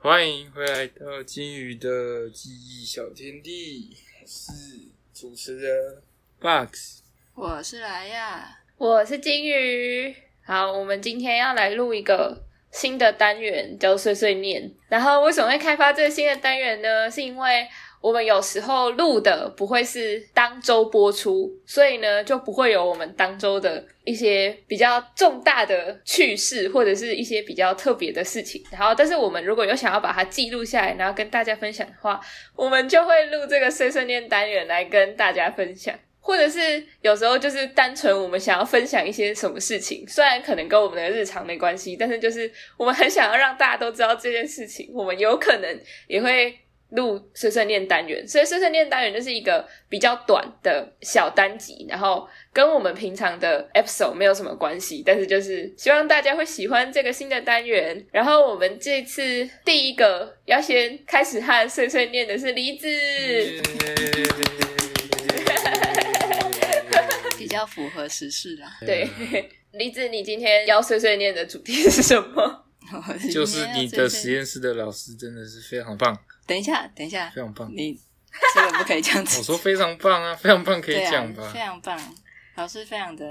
欢迎回来到金鱼的记忆小天地，我是主持人 Box。我是莱亚，我是金鱼。好，我们今天要来录一个新的单元，叫碎碎念。然后为什么会开发这个新的单元呢？是因为我们有时候录的不会是当周播出，所以呢就不会有我们当周的一些比较重大的趣事，或者是一些比较特别的事情。然后，但是我们如果有想要把它记录下来，然后跟大家分享的话，我们就会录这个碎碎念单元来跟大家分享，或者是有时候就是单纯我们想要分享一些什么事情，虽然可能跟我们的日常没关系，但是就是我们很想要让大家都知道这件事情，我们有可能也会录碎碎念单元，所以碎碎念单元就是一个比较短的小单集，然后跟我们平常的 episode 没有什么关系，但是就是希望大家会喜欢这个新的单元。然后我们这次第一个要先开始和碎碎念的是梨子，比较符合时事啦。对， 梨子，你今天要碎碎念的主题是什么？ 就是你的实时。验室的老师真的是非常棒，等一下，等一下，非常 棒。你这个不可以这样子。我说非常棒啊，非常棒哦可以对啊讲吧非？常棒，老师非常的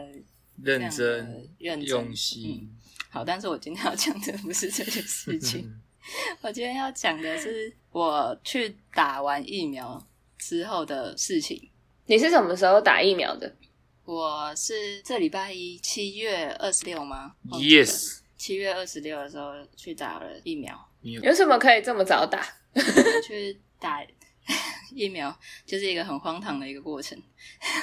认非常真的、认真用心。好。但是我今天要讲的不是这件事情， 我今天要讲的是我去打完疫苗之后的事情。 你是什么时候打疫苗的？我是这礼拜一七月二十六吗嗯 Yes，七月二十六的时候去打了疫苗。你 有什么可以这么早打？去打疫苗，就是一个很荒唐的一个过程。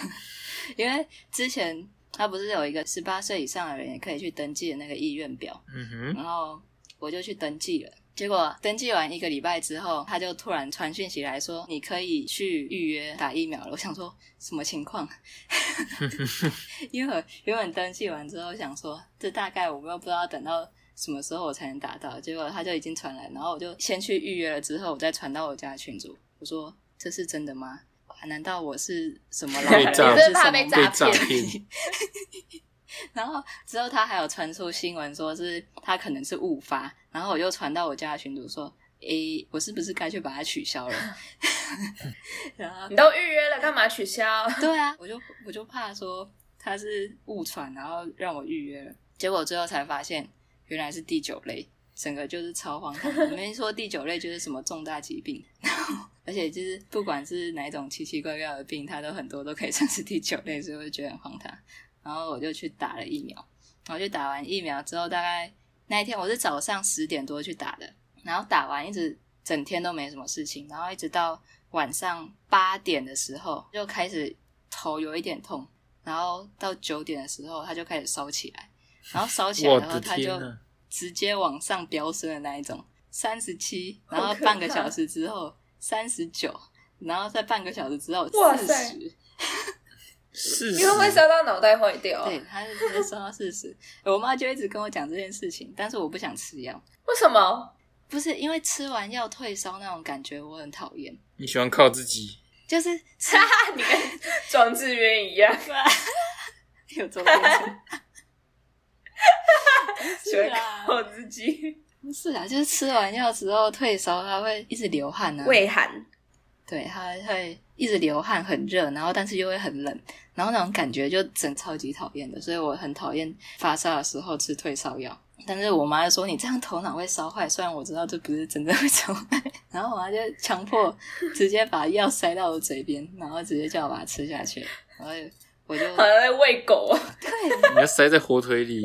因为之前他不是有一个十八岁以上的人也可以去登记的那个意愿表，嗯哼，然后我就去登记了。结果登记完一个礼拜之后，他就突然传讯息来说：“你可以去预约打疫苗了。”我想说什么情况？ 因为我原本登记完之后想说，这大概我们又不知道等到什么时候我才能打到，结果他就已经传来，然后我就先去预约了，之后我再传到我家的群组，我说这是真的吗？啊难道我是什么老被人？诈我是什么你是怕被被诈诈 骗骗，然后之后他还有传出新闻，说是他可能是误发，然后我又传到我家的群主说，诶，我是不是该去把它取消了？ 然后你都预约了，干嘛取消？对啊，我就我就怕说他是误传，然后让我预约了，结果最后才发现原来是第九类，整个就是超荒唐。我们说第九类就是什么重大疾病，然后而且就是不管是哪一种奇奇怪怪的病，它都很多都可以算是第九类，所以我就觉得很荒唐。然后我就去打了疫苗，然后就打完疫苗之后，大概那一天我是早上十点多去打的，然后打完一直整天都没什么事情，然后一直到晚上八点的时候就开始头有一点痛，然后到九点的时候它就开始烧起来，然后烧起来我然后的它天就呐！直接往上飙升的那一种，三十七，然后好可怕半个小时之后三十九，然后再半个小时之后哇四塞十，是你会不会烧到脑袋坏掉啊？对，它就直接升到四十。我妈就一直跟我讲这件事情，但是我不想吃药，为什么？不是因为吃完药退烧那种感觉我很讨厌，你喜欢靠自己？就是吃哈， 你跟庄智渊一样，有周边症不喜是欢啦，靠自己，不是啦，就是吃完药之后退烧，它会一直流汗啊，胃 寒。对，它会一直流汗，很热，然后但是又会很冷，然后那种感觉就真超级讨厌的，所以我很讨厌发烧的时候吃退烧药。但是我妈就说你这样头脑会烧坏，虽然我知道这不是真的会烧坏， 然后我妈就强迫直接把药塞到我嘴边，然后直接叫我把它吃下去，然后我就好像在喂狗啊，对 你要塞在火腿里？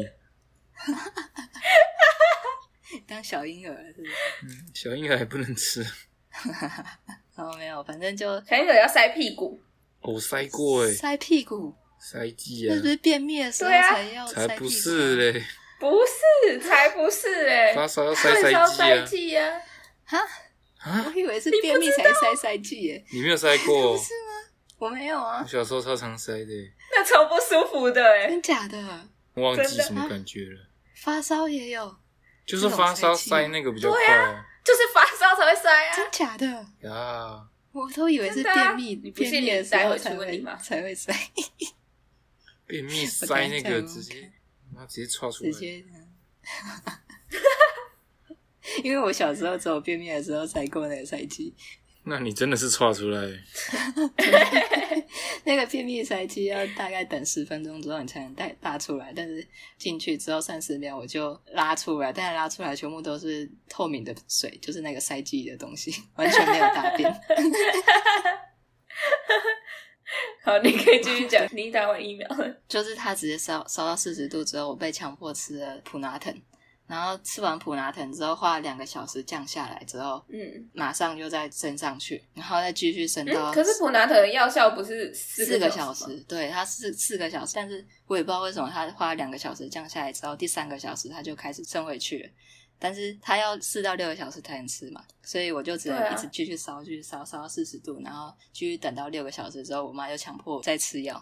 当小婴儿是不是？嗯，小婴儿还不能吃，然哦后没有，反正就肯定有要塞屁股。我塞过哎，塞屁股，塞剂啊那，不是便秘的时候对啊才要塞屁股才啊？不是嘞，不是，才不是哎、发欸，烧要塞退 烧塞塞剂剂啊，哈，啊我啊！以为是便秘才塞塞剂耶，你没有塞过不哦？是吗？我没有啊我，小时候超常塞的欸，那超不舒服的哎、真假的？忘真记的什么感觉了。发烧也有，就是发烧塞那个比较快啊就是发烧才会塞啊。真假的？呀，我都以为是便秘，真的啊便秘的时你候才不信你待会去问你会妈 才会塞，便秘塞那我等个一下 直接，妈直接窜出直来，接这样。因为我小时候只有便秘的时候才过那个赛季，那你真的是岔出来，欸那个便秘塞期要大概等十分钟之后你才能带拉出来，但是进去之后三十秒我就拉出来，但是拉出来全部都是透明的水，就是那个塞剂的东西，完全没有大便。好，你可以继续讲， 你打完疫苗了。就是它直接烧烧到四十度之后，我被强迫吃了普拿疼，然后吃完普拿疼之后，花了两个小时降下来之后，嗯，马上就再升上去，然后再继续升到、嗯可是普拿特的药效不是四四个个小小时吗时，对，它是四个小时，但是我也不知道为什么它花两个小时降下来之后，第三个小时它就开始升回去了。但是它要四到六个小时才能吃嘛，所以我就只对啊能一直继续烧，继续烧，烧到四十度，然后继续等到六个小时之后，我妈就强迫我再吃 药，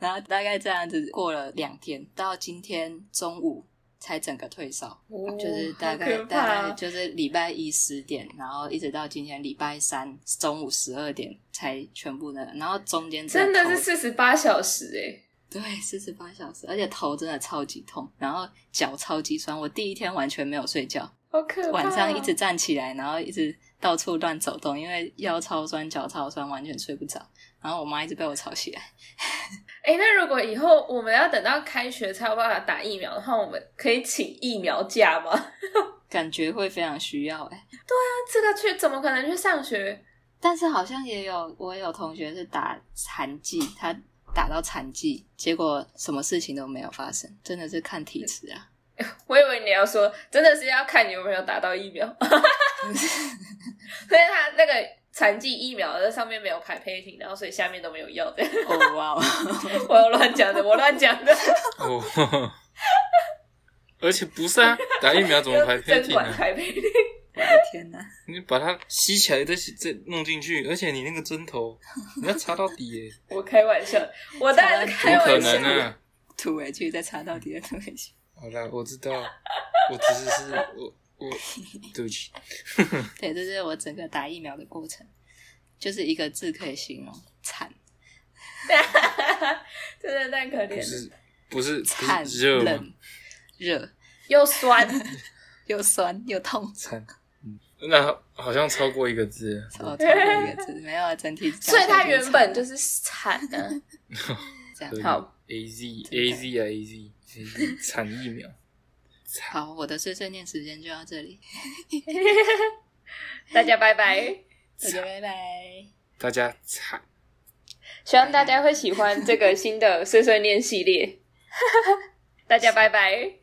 然后大概这样子过了两天，到今天中午才整个退烧。哦就是大概、好可怕大概啊就是礼拜一十点，然后一直到今天礼拜三中午十二点才全部的，然后中间只有真的头是四十八小时哎、对四十八小时，而且头真的超级痛，然后脚超级酸。我第一天完全没有睡觉，好可怕、啊哦晚上一直站起来，然后一直到处乱走动，因为腰超酸、脚超酸，完全睡不着。然后我妈一直被我吵起来，哎、那如果以后我们要等到开学才有办法打疫苗的话，我们可以请疫苗假吗？ 感觉会非常需要哎、那这个去怎么可能去上学？但是好像也有我有同学是打残疾，他打到残疾，结果什么事情都没有发生，真的是看体质啊。我以为你要说真的是要看你有没有打到疫苗， 所以他那个残疾疫苗的上面没有排配型，然后所以下面都没有药的。 哦哇哦，我有乱讲的，我乱讲的，哦， 而且不是啊，打疫苗怎 么排啊配针体管呢？排配体。我的天哪！你把它吸起来再吸再弄进去，而且你那个针头你要插到底耶， 我开玩笑，我当然是怎开么可玩笑。能呢、啊？吐回去再插到底的吐回去，好啦，我知道，我只是是我我对不起，对，这是我整个打疫苗的过程，就是一个字可以形容惨，真的太可怜不了，是不是惨不是热吗？冷热又酸，又酸又痛，惨，嗯，那好像超过一个字，哦超痛的一个字，没有啊整体讲起所来就是惨。以它原本就是惨的、啊。这样可以好，A Z A Z 啊 A Z A Z 产疫苗，好，我的碎碎念时间就到这里，大家拜拜。大家拜拜。大家惨，希 望大家会喜欢这个新的碎碎念系列。大家拜拜。